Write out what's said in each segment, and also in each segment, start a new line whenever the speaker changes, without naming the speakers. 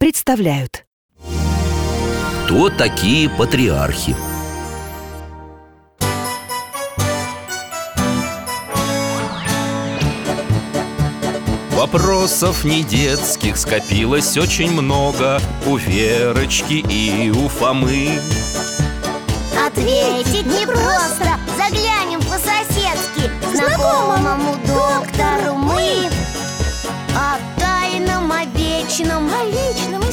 представляют
Кто такие патриархи?
Вопросов не детских скопилось очень много У Верочки и у Фомы
Ответить непросто Заглянем по-соседски Знакомому доктору мы О тайном, о вечном О личном и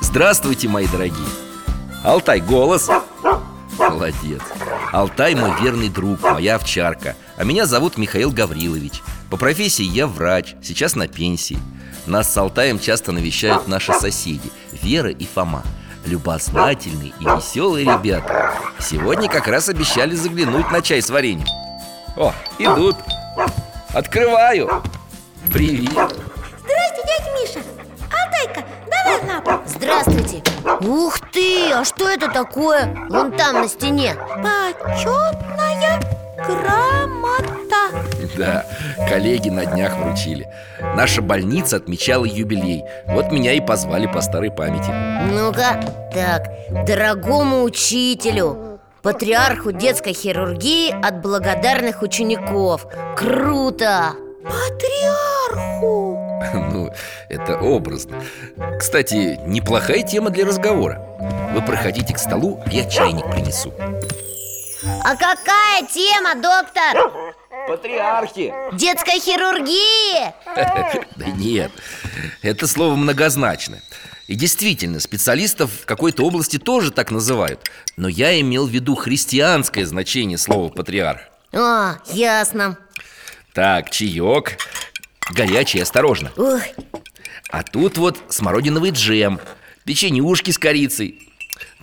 Здравствуйте, мои дорогие Алтай, голос Молодец Алтай мой верный друг, моя овчарка А меня зовут Михаил Гаврилович По профессии я врач, сейчас на пенсии Нас с Алтаем часто навещают наши соседи Вера и Фома Любознательные и веселые ребята Сегодня как раз обещали заглянуть на чай с вареньем О, идут Открываю Привет
Здрасте, дядя Миша Алтайка, давай на пол
Здравствуйте Ух ты, а что это такое? Вон там на стене
Почетная грамота
Да, коллеги на днях вручили Наша больница отмечала юбилей Вот меня и позвали по старой памяти
Ну-ка, так, дорогому учителю, патриарху детской хирургии от благодарных учеников Круто!
Патриарху
Ну, это образно Кстати, неплохая тема для разговора Вы проходите к столу, а я чайник принесу
А какая тема, доктор?
Патриархи!
Детской хирургии?
Да нет, это слово многозначно И действительно, специалистов в какой-то области тоже так называют Но я имел в виду христианское значение слова «патриарх»
А, ясно
Так, чаек Горячий, осторожно
Ух,
А тут вот смородиновый джем Печенюшки с корицей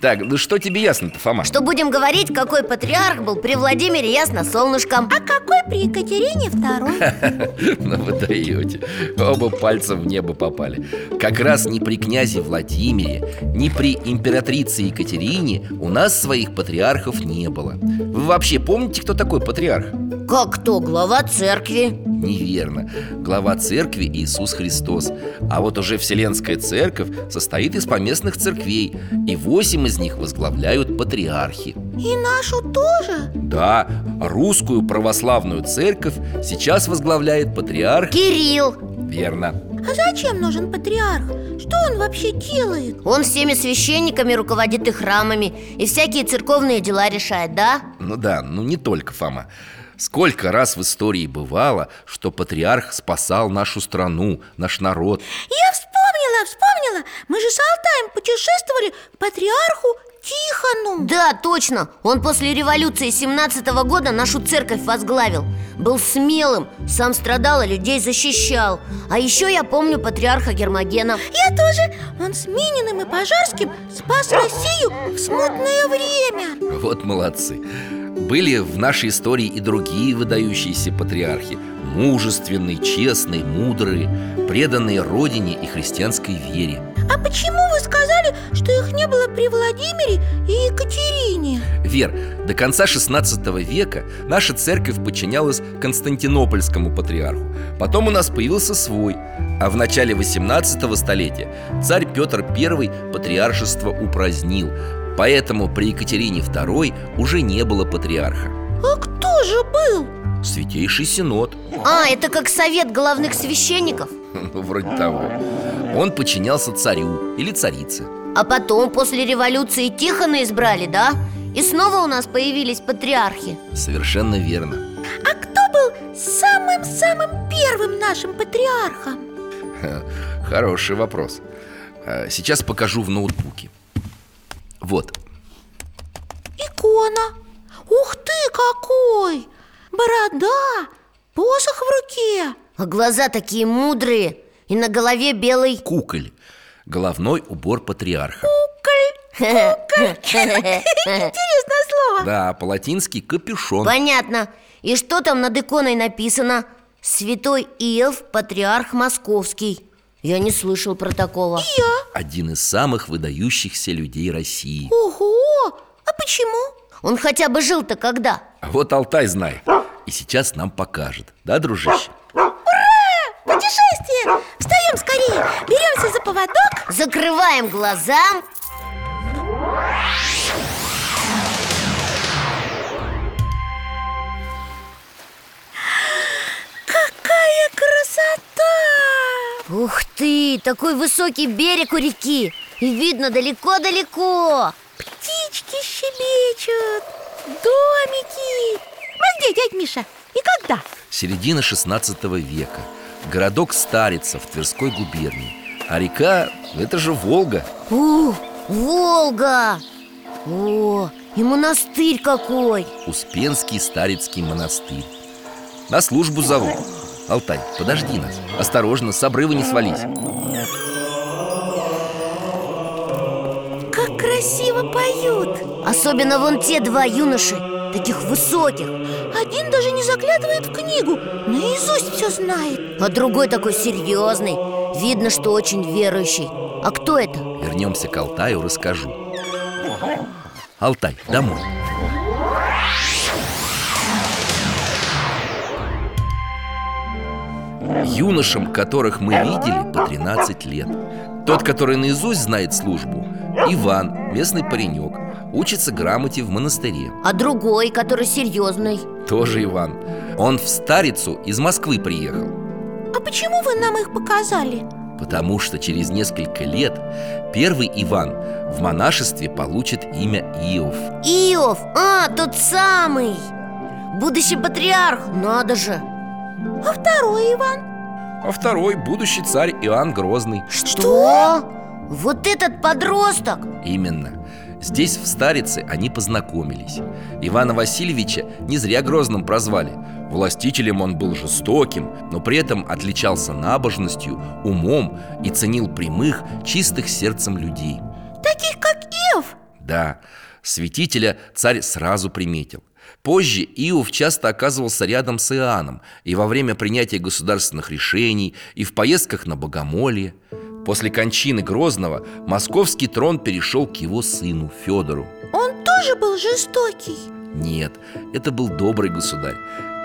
Так, ну что тебе ясно-то, Фома?
что будем говорить, какой патриарх был при Владимире ясно солнышком
А какой при Екатерине второй?
Ну вы даете Оба пальца в небо попали Как раз ни при князе Владимире Ни при императрице Екатерине У нас своих патриархов не было Вы вообще помните, кто такой патриарх?
Как кто, глава церкви?
Неверно Глава церкви Иисус Христос А вот уже Вселенская церковь состоит из поместных церквей И восемь из них возглавляют патриархи
И нашу тоже?
Да, русскую православную церковь сейчас возглавляет патриарх
Кирилл
Верно
А зачем нужен патриарх? Что он вообще делает?
Он всеми священниками руководит и храмами И всякие церковные дела решает, да?
Ну да, ну не только Фома Сколько раз в истории бывало, что патриарх спасал нашу страну, наш народ
Я вспомнила, вспомнила Мы же с Алтаем путешествовали к патриарху Тихону
Да, точно, он после революции 17 года нашу церковь возглавил Был смелым, сам страдал и людей защищал А еще я помню патриарха Гермогена
Я тоже Он с Мининым и Пожарским спас Россию в смутное время
Вот молодцы Были в нашей истории и другие выдающиеся патриархи Мужественные, честные, мудрые Преданные родине и христианской вере
А почему вы сказали, что их не было при Владимире и Екатерине?
Вер, до конца XVI века наша церковь подчинялась Константинопольскому патриарху Потом у нас появился свой А в начале XVIII столетия царь Петр I патриаршество упразднил Поэтому при Екатерине II уже не было патриарха
А кто же был?
Святейший Синод
А, это как совет главных священников
Ну, вроде того Он подчинялся царю или царице
А потом, после революции, Тихона избрали, да? И снова у нас появились патриархи
Совершенно верно
А кто был самым-самым первым нашим патриархом?
Хороший вопрос А, Сейчас покажу в ноутбуке Вот,
Икона Ух ты, какой! Борода, посох в руке
А глаза такие мудрые И на голове белый
куколь Головной убор патриарха
Интересное слово
Да, по-латински капюшон
Понятно И что там над иконой написано? Святой Иов, патриарх московский Я не слышал про такого
Я?
Один из самых выдающихся людей России
Ого! А почему?
Он хотя бы жил-то когда?
А вот Алтай знает И сейчас нам покажет Да, дружище?
Путешествие! Встаем скорее, беремся за поводок
Закрываем глаза
Какая красота!
Ух ты, такой высокий берег у реки И видно далеко-далеко
Птички щебечут, домики Мы где, дядь Миша? И когда?
Середина 16 века Городок Старица в Тверской губернии А река, это же Волга
У, Волга! О, и монастырь какой!
Успенский Старицкий монастырь На службу зовут Алтай, подожди нас Осторожно, с обрыва не свались
Как красиво поют
Особенно вон те два юноши, таких высоких
Один даже не заглядывает в книгу Наизусть все знает
А другой такой серьезный Видно, что очень верующий А кто это?
Вернемся к Алтаю, расскажу Алтай, домой Юношам, которых мы видели, по 13 лет Тот, который наизусть знает службу Иван, местный паренек Учится грамоте в монастыре
А другой, который серьезный
Тоже Иван Он в Старицу из Москвы приехал
А почему вы нам их показали?
Потому что через несколько лет Первый Иван в монашестве получит имя Иов
Иов, а, тот самый Будущий патриарх, надо же
А второй Иван?
А второй – будущий царь Иоанн Грозный
Что? Вот этот подросток
Именно Здесь, в Старице, они познакомились Ивана Васильевича не зря Грозным прозвали Властителем он был жестоким Но при этом отличался набожностью, умом И ценил прямых, чистых сердцем людей
Таких как Иов?
Да, святителя царь сразу приметил Позже Иов часто оказывался рядом с Иоанном и во время принятия государственных решений, и в поездках на богомолье. После кончины Грозного московский трон перешел к его сыну Федору.
Он тоже был жестокий
Нет, это был добрый государь,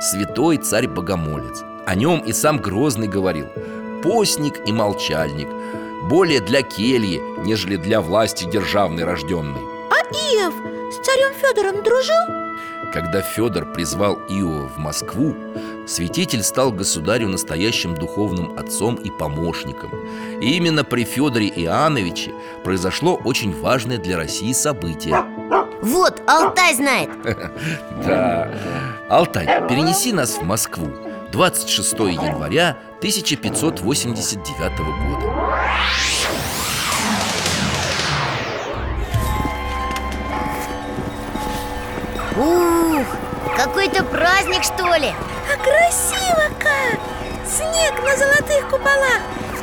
святой царь-богомолец. О нем и сам Грозный говорил «постник и молчальник, более для кельи, нежели для власти державной рожденной».
А Иов с царем Федором дружил?
Когда Федор призвал Иова в Москву, святитель стал государю настоящим духовным отцом и помощником. И именно при Федоре Иоанновиче произошло очень важное для России событие.
Вот, Алтай знает
Да. Алтай, перенеси нас в Москву. 26 января 1589 года.
Ух, какой-то праздник, что ли?
А красиво как! Снег на золотых куполах,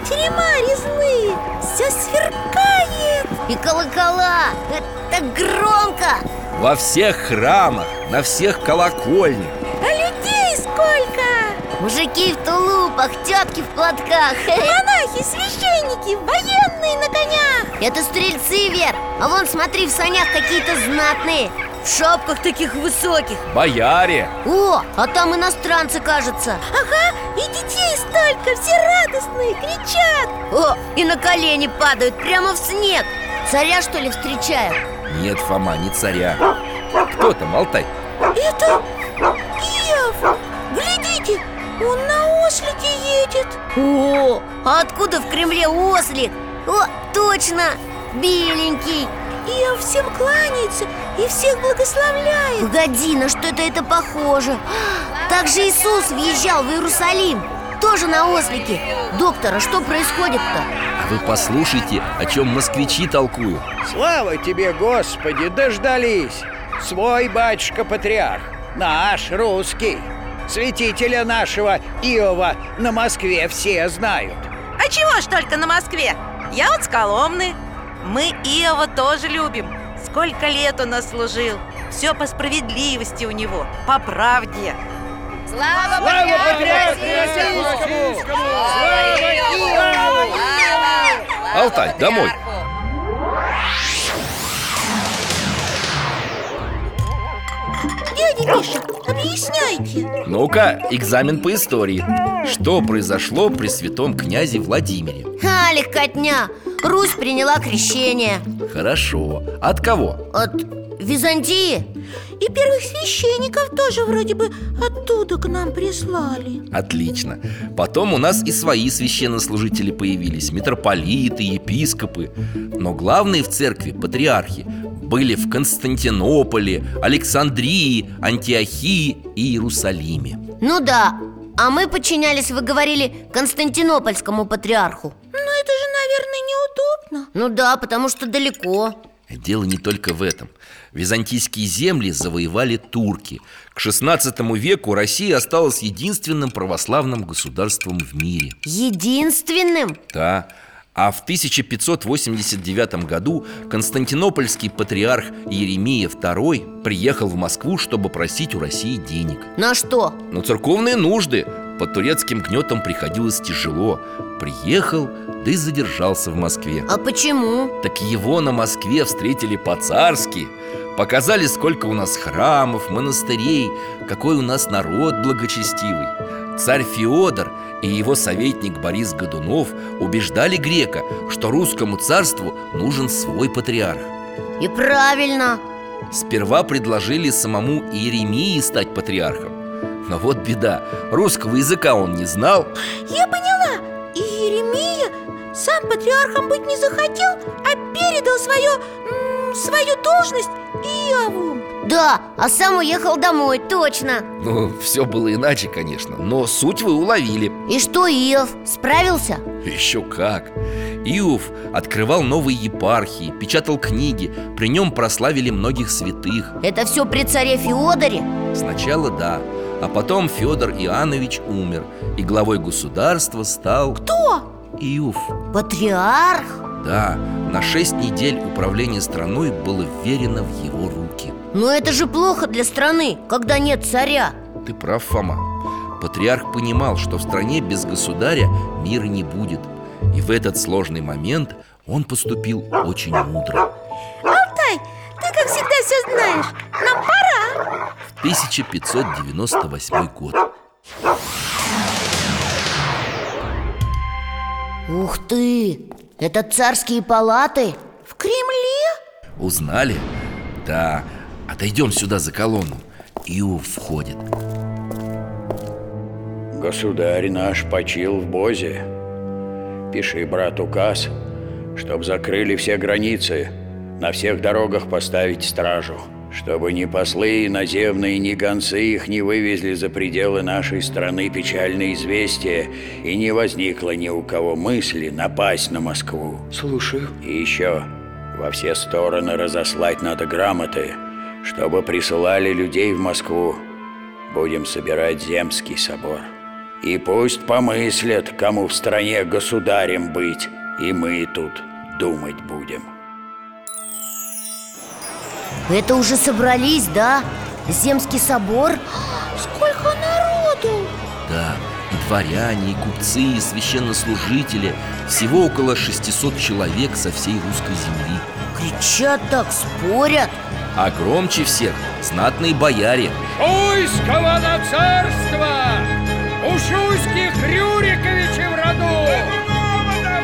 терема резные, все сверкает
И колокола, это так громко
Во всех храмах, на всех колокольнях
А людей сколько!
Мужики в тулупах, тетки в платках
Монахи, священники, военные на конях
Это стрельцы, Вер А вон, смотри, в санях какие-то знатные В шапках таких высоких
бояре,
О, а там иностранцы, кажется
Ага, и детей столько, все радостные, кричат
О, и на колени падают, прямо в снег Царя, что ли, встречают?
Нет, Фома, не царя Кто там, Алтай?
Это Иов! Глядите, он на ослике едет
О, а откуда в Кремле ослик? О, точно, беленький
И он всем кланяется и всех благословляет
Погоди, на что-то это похоже Так же Иисус въезжал в Иерусалим Тоже на ослике Доктор, а что происходит-то?
А вы послушайте, о чем москвичи толкуют
Слава тебе, Господи, дождались Свой батюшка-патриарх, наш русский Святителя нашего Иова на Москве все знают
А чего ж только на Москве? Я вот с Коломны. Мы Иова тоже любим. Сколько лет он нас служил. Все по справедливости у него, по правде.
Слава патриарху российскому! Слава Иову!
Алтай, домой
Дядя Миша, объясняйте
Ну-ка, экзамен по истории Что произошло при святом князе Владимире?
А, легкотня Русь приняла крещение
Хорошо, от кого?
От Византии?
И первых священников тоже вроде бы оттуда к нам прислали
Отлично Потом у нас и свои священнослужители появились Митрополиты, епископы Но главные в церкви, патриархи Были в Константинополе, Александрии, Антиохии и Иерусалиме
Ну да, а мы подчинялись, вы говорили, Константинопольскому патриарху
Но это же, наверное, неудобно
Ну да, потому что далеко
Дело не только в этом. Византийские земли завоевали турки. К XVI веку Россия осталась единственным православным государством в мире.
Единственным?
Да. А в 1589 году константинопольский патриарх Еремия II приехал в Москву, чтобы просить у России денег.
На что?
Но церковные нужды под турецким гнетом приходилось тяжело. Приехал, да и задержался в Москве.
А почему?
Так его на Москве встретили по-царски Показали, сколько у нас храмов, монастырей Какой у нас народ благочестивый Царь Феодор и его советник Борис Годунов убеждали грека, что русскому царству нужен свой патриарх.
И правильно
Сперва предложили самому Иеремии стать патриархом. Но вот беда, русского языка он не знал,
Я поняла, и Еремия сам патриархом быть не захотел, а передал свое, м, свою должность Иову
Да, а сам уехал домой, точно
ну, все было иначе, конечно, но суть вы уловили.
И что, Иов, справился?
Еще как! Иов открывал новые епархии, печатал книги При нем прославили многих святых
Это все при царе Феодоре?
Сначала да, а потом Федор Иоаннович умер И главой государства стал...
Кто?
Иов
Патриарх?
Да, на шесть недель управление страной было верено в его руки
Но это же плохо для страны, когда нет царя
Ты прав, Фома Патриарх понимал, что в стране без государя мира не будет И в этот сложный момент он поступил очень мудро
Алтай, ты как всегда все знаешь Нам пора
1598 год
Ух ты, это царские палаты?
В Кремле?
Узнали? Да Отойдем сюда за колонну Иов входит
Государь наш почил в Бозе. Пиши, брат, указ, чтоб закрыли все границы, на всех дорогах поставить стражу, чтобы ни послы иноземные, ни гонцы их не вывезли за пределы нашей страны печальное известие, и не возникло ни у кого мысли напасть на Москву. Слушаю. И еще во все стороны разослать надо грамоты, чтобы присылали людей в Москву, Будем собирать земский собор. И пусть помыслят, кому в стране государем быть, и мы тут думать будем.
Это уже собрались, да? Земский собор?
Сколько народу!
Да, и дворяне, и купцы, и священнослужители Всего около 600 человек со всей русской земли
Кричат так, спорят
А громче всех знатные бояре
Уйского на царство! Ушуйских Рюриковичей в роду!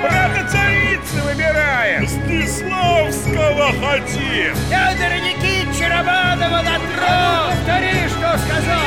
Брата царицы выбираем!
Снесловского хотим!
Федора Никитича Романова на трон! Повтори, что сказал!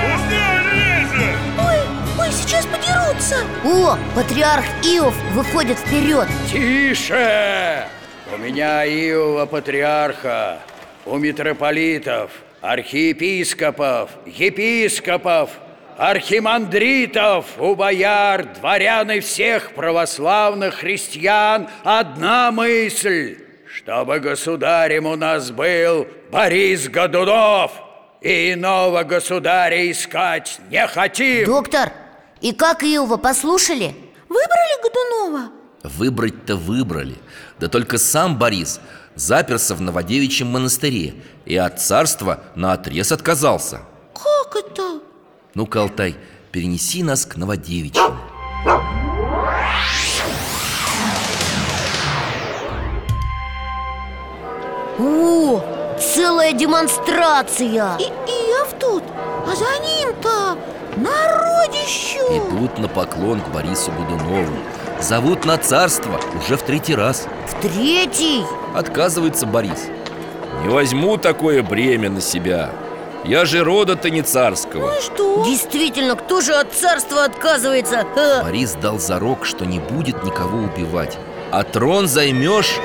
Куда лезет?
Ой, ой, сейчас сейчас подерутся
О, патриарх Иов выходит вперед
Тише! У меня Иова патриарха, у митрополитов, архиепископов, епископов, архимандритов, у бояр, дворян и всех православных христиан одна мысль, чтобы государем у нас был Борис Годунов, и иного государя искать не хотим.
Доктор, и как Иова послушали?
Выбрали Годунова?
Выбрать-то выбрали. Да только сам Борис заперся в Новодевичьем монастыре и от царства наотрез отказался.
Как это?
Ну-ка, Алтай, перенеси нас к Новодевичьему.
О, целая демонстрация
И, и я в тут А за ним-то народищу
Идут на поклон к Борису Годунову. Зовут на царство уже в третий раз.
В третий?
Отказывается Борис. Не возьму такое бремя на себя. Я же рода-то не царского.
Ну и что?
Действительно, кто же от царства отказывается? Э,
Борис дал зарок, что не будет никого убивать. А трон займешь,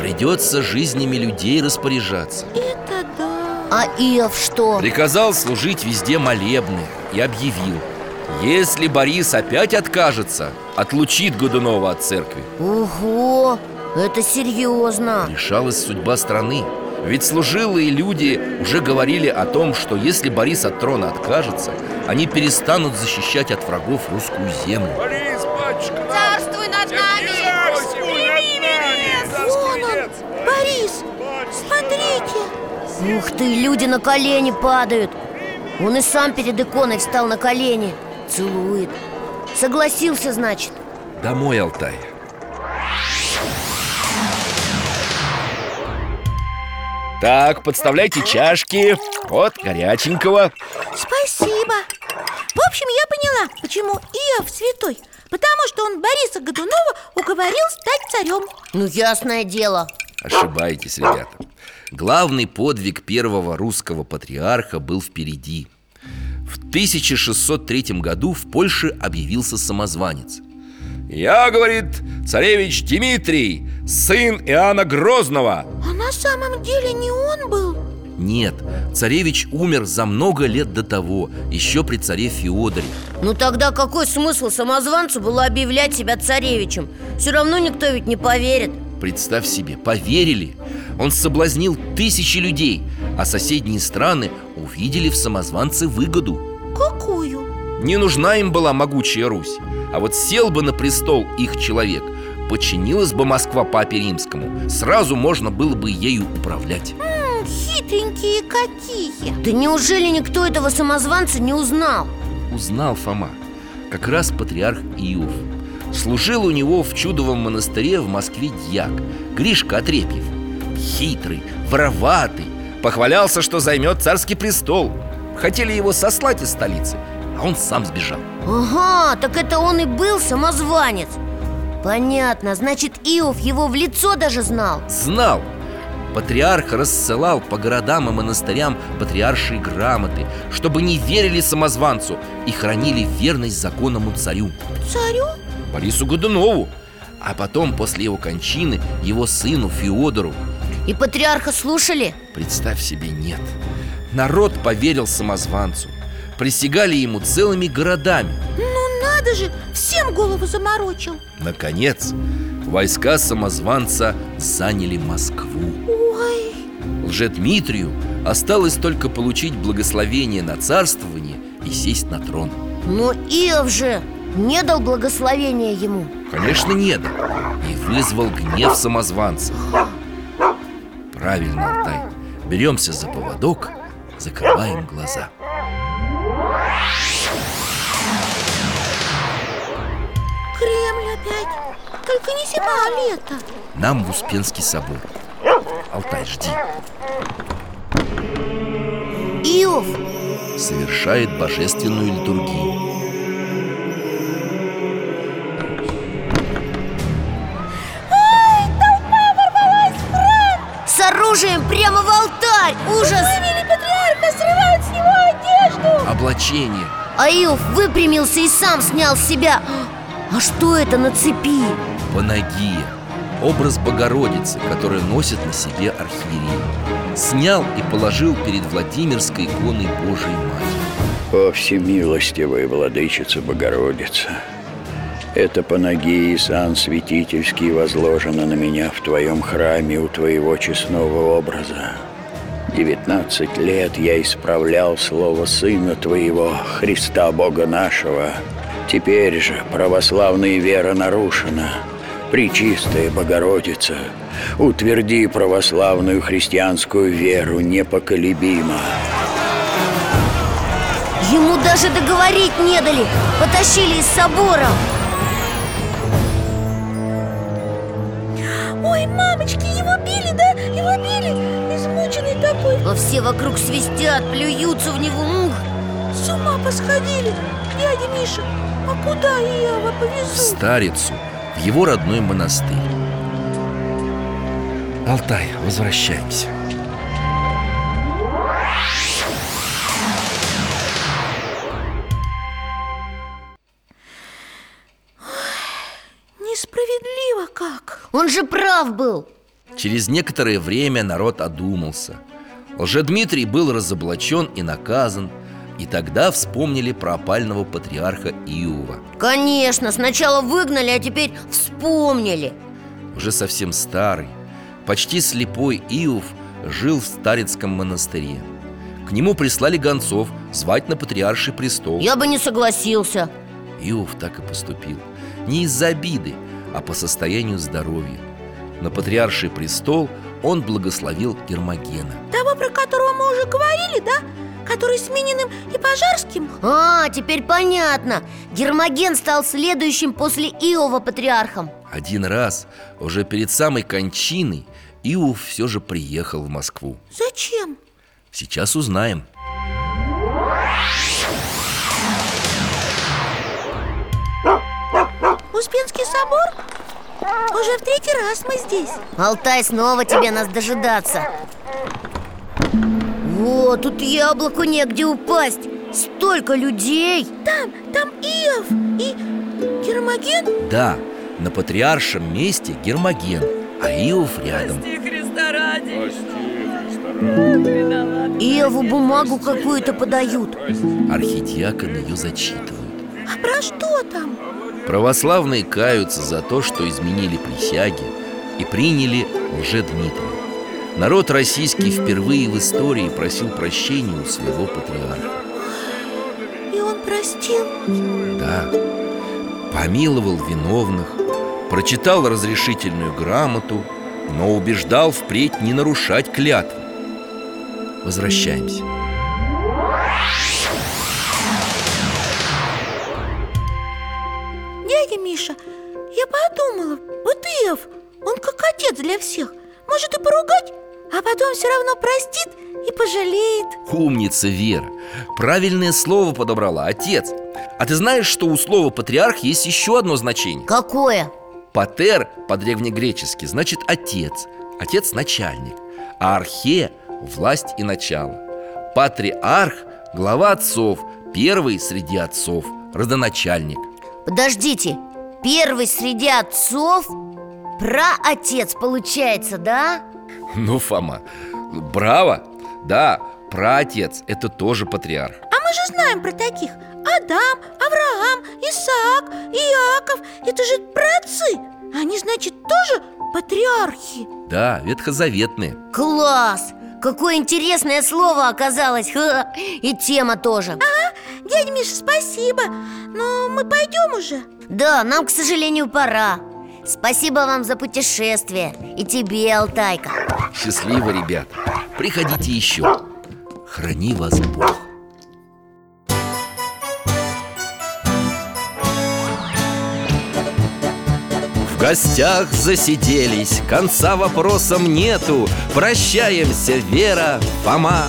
придется жизнями людей распоряжаться.
Это да
А Иов что?
Приказал служить везде молебны и объявил, если Борис опять откажется, отлучит Годунова от церкви.
Ого, это серьезно
Решалась судьба страны. Ведь служилые люди уже говорили о том, что если Борис от трона откажется, они перестанут защищать от врагов русскую землю.
Борис, батюшка,
Царствуй над нами!
Вон он, Борис Смотрите
Ух ты, люди на колени падают Он и сам перед иконой встал на колени Целует Согласился, значит
Домой, Алтай. Так, подставляйте чашки. Вот горяченького.
Спасибо В общем, я поняла, почему Иов святой Потому что он Бориса Годунова уговорил стать царем
Ну, ясное дело
Ошибаетесь, ребята. Главный подвиг первого русского патриарха был впереди. В 1603 году в Польше объявился самозванец. Я, говорит, царевич Дмитрий, сын Иоанна Грозного.
А на самом деле не он был
Нет, царевич умер за много лет до того, еще при царе Феодоре.
Ну тогда какой смысл самозванцу было объявлять себя царевичем? Все равно никто ведь не поверит
Представь себе, поверили Он соблазнил тысячи людей А соседние страны увидели в самозванце выгоду
Какую?
Не нужна им была могучая Русь А вот сел бы на престол их человек Подчинилась бы Москва папе римскому Сразу можно было бы ею управлять
М, Хитренькие какие
Да неужели никто этого самозванца не узнал?
Узнал Фома Как раз патриарх Иов Служил у него в чудовом монастыре в Москве дьяк Гришка Отрепьев Хитрый, вороватый Похвалялся, что займет царский престол Хотели его сослать из столицы А он сам сбежал
Ага, так это он и был самозванец Понятно, значит Иов его в лицо даже знал
Знал Патриарх рассылал по городам и монастырям патриаршие грамоты Чтобы не верили самозванцу И хранили верность законному царю
Царю?
Борису Годунову А потом, после его кончины, его сыну Феодору
И патриарха слушали?
Представь себе, нет Народ поверил самозванцу Присягали ему целыми городами
Ну надо же, всем голову заморочил
Наконец, войска самозванца заняли Москву
Ой,
Лжедмитрию осталось только получить благословение на царствование и сесть на трон
Но Иов же не дал благословения ему
Конечно, нет И вызвал гнев самозванца Правильно, Алтай Беремся за поводок, закрываем глаза
Кремль опять Только не зима, а лето
Нам в Успенский собор Алтай, жди
Иов,
Совершает божественную литургию
с оружием прямо в алтарь! Ужас!
Патриарха срывают с него одежду
Облачение
Аюф А выпрямился и сам снял с себя А что это на цепи?
Панагия Образ Богородицы, которую носит на себе архиерей Снял и положил перед Владимирской иконой Божией Матери
О, всемилостивая владычица Богородица Это панагия и сан святительский возложена на меня в твоем храме у твоего честного образа 19 лет я исправлял слово Сына Твоего, Христа Бога нашего. Теперь же православная вера нарушена. Пречистая Богородица, утверди православную христианскую веру непоколебимо.
Ему даже договорить не дали Потащили из собора
Ой, мамочки, его били, да? Его били Измученный такой
А все вокруг свистят, плюются в него Ух,
С ума посходили Дядя Миша, а куда я его
В
повезу?
Старицу, в его родной монастырь Алтай, возвращаемся
Несправедливо как
Он же прав был
Через некоторое время народ одумался Лжедмитрий был разоблачен и наказан И тогда вспомнили про опального патриарха Иова
Конечно, сначала выгнали, а теперь вспомнили
Уже совсем старый, почти слепой Иов жил в Старицком монастыре К нему прислали гонцов звать на патриарший престол
Я бы не согласился
Иов так и поступил Не из-за обиды, а по состоянию здоровья На патриарший престол он благословил Гермогена
Того, про которого мы уже говорили, да? Который с Мининым и Пожарским
А, теперь понятно Гермоген стал следующим после Иова патриархом
Один раз, уже перед самой кончиной, Иов все же приехал в Москву.
Зачем?
Сейчас узнаем.
Успенский собор? Уже в третий раз мы здесь
Алтай, снова тебе нас дожидаться О, тут яблоку негде упасть Столько людей
Там, там Иов и Гермоген
Да, на патриаршем месте Гермоген, а Иов рядом.
Иову бумагу какую-то подают
Архидиакон ее зачитывает.
А про что там?
Православные каются за то, что изменили присяги и приняли лжедмитрия. Народ российский впервые в истории просил прощения у своего патриарха.
И он простил
Да, помиловал виновных, прочитал разрешительную грамоту, но убеждал впредь не нарушать клятвы. Возвращаемся.
Дядя Миша, я подумала, вот Иов, он как отец для всех Может и поругать, а потом все равно простит и пожалеет
Умница, Вера. Правильное слово подобрала отец. А ты знаешь, что у слова патриарх есть еще одно значение?
Какое?
Патер по-древнегречески значит отец, отец начальник, а архе власть и начало. Патриарх глава отцов, первый среди отцов, родоначальник.
Подождите, первый среди отцов Праотец получается, да?
Ну, Фома, браво! Да, праотец – это тоже патриарх
А мы же знаем про таких Адам, Авраам, Исаак, Иаков Это же праотцы Они, значит, тоже патриархи
Да, ветхозаветные
Класс! Какое интересное слово оказалось Ха! И тема тоже
Дядя Миша, спасибо Но мы пойдем уже
Да, нам, к сожалению, пора Спасибо вам за путешествие И тебе, Алтайка
Счастливо, ребят Приходите еще Храни вас Бог В гостях засиделись Конца вопросам нету Прощаемся, Вера, Фома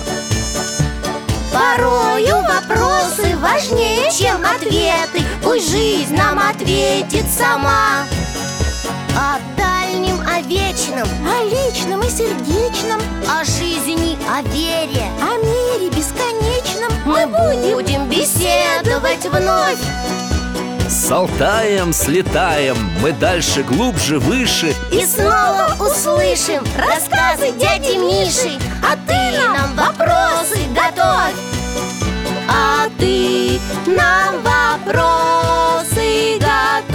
Порою вопросы важнее, чем ответы Пусть жизнь нам ответит сама О дальнем, о
вечном,
О личном и сердечном,
о жизни, о вере
о мире бесконечном
Мы будем беседовать вновь
С Алтаем слетаем, мы дальше, глубже, выше
И снова услышим рассказы дяди Миши А ты нам вопросы готовь А ты нам вопросы готовь